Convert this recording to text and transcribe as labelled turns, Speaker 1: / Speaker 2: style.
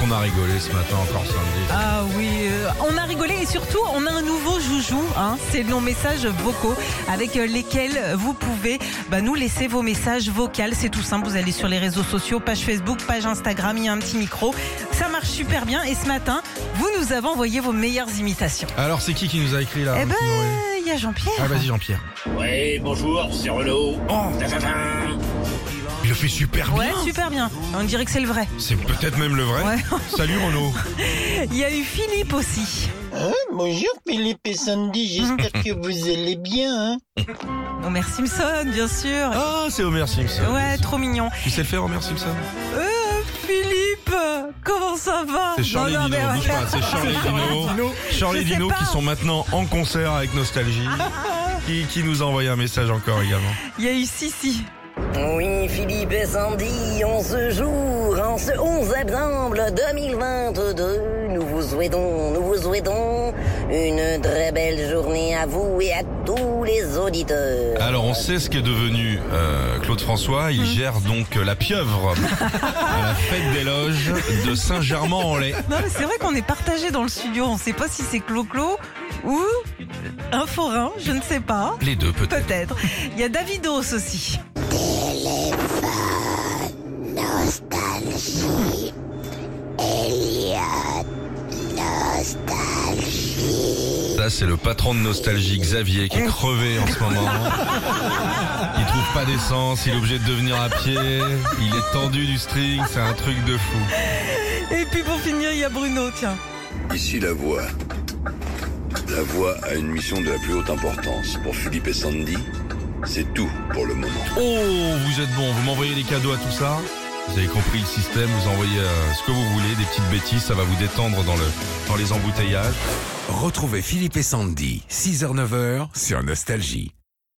Speaker 1: qu'on a rigolé ce matin encore samedi.
Speaker 2: Ah oui, euh, on a rigolé et surtout on a un nouveau joujou, hein, c'est nos messages vocaux avec euh, lesquels vous pouvez bah, nous laisser vos messages vocaux. C'est tout simple, vous allez sur les réseaux sociaux, page Facebook, page Instagram, il y a un petit micro. Ça marche super bien et ce matin, vous nous avez envoyé vos meilleures imitations.
Speaker 1: Alors, c'est qui qui nous a écrit là
Speaker 2: eh ben,
Speaker 1: Martine Aurélien
Speaker 2: il y a Jean-Pierre.
Speaker 1: Ah, vas-y, Jean-Pierre.
Speaker 3: Oui, bonjour, c'est Renaud. Tadadam.
Speaker 1: Il le fait super
Speaker 2: ouais,
Speaker 1: bien.
Speaker 2: super bien. On dirait que c'est le vrai.
Speaker 1: C'est peut-être même le vrai.
Speaker 2: Ouais.
Speaker 1: Salut Renaud.
Speaker 2: Il y a eu Philippe aussi.
Speaker 4: Hein, bonjour Philippe et Sandy, j'espère que vous allez bien. hein.
Speaker 2: Homer Simpson, bien sûr.
Speaker 1: Ah, c'est Homer Simpson.
Speaker 2: Ouais, trop mignon.
Speaker 1: Tu sais le faire, Homer Simpson
Speaker 2: Euh, Philippe, comment ça va
Speaker 1: C'est Charlie
Speaker 2: Non, non,
Speaker 1: Dino,
Speaker 2: mais-
Speaker 1: bouge pas. C'est Charlie Dino. Charlie
Speaker 2: Je sais
Speaker 1: Dino
Speaker 2: pas.
Speaker 1: qui sont maintenant en concert avec Nostalgie. Qui, qui nous a envoyé un message encore également.
Speaker 2: Il y a eu Sissi.
Speaker 5: Oui, Philippe et Sandy, en ce jour, en ce 11 septembre 2022, nous vous souhaitons, nous vous souhaitons une très belle journée à vous et à tous les auditeurs.
Speaker 1: Alors on sait ce qu'est devenu euh, Claude François, il gère donc euh, la pieuvre à la fête des loges de Saint-Germain-en-Laye.
Speaker 2: Non, mais c'est vrai qu'on est partagé dans le studio. On ne sait pas si c'est Clo-Clo ou un forain, je ne sais pas.
Speaker 1: Les deux peut-être.
Speaker 2: Peut-être. Il y a Davidos aussi.
Speaker 1: Ça c'est le patron de Nostalgie Xavier qui est crevé en ce moment. Il trouve pas d'essence, il est obligé de devenir à pied, il est tendu du string, c'est un truc de fou.
Speaker 2: Et puis pour finir, il y a Bruno, tiens.
Speaker 6: Ici la voix. La voix a une mission de la plus haute importance. Pour Philippe et Sandy, c'est tout pour le moment.
Speaker 1: Oh vous êtes bon, vous m'envoyez des cadeaux à tout ça vous avez compris le système, vous envoyez euh, ce que vous voulez, des petites bêtises, ça va vous détendre dans, le, dans les embouteillages.
Speaker 7: Retrouvez Philippe et Sandy, 6h-9h sur Nostalgie.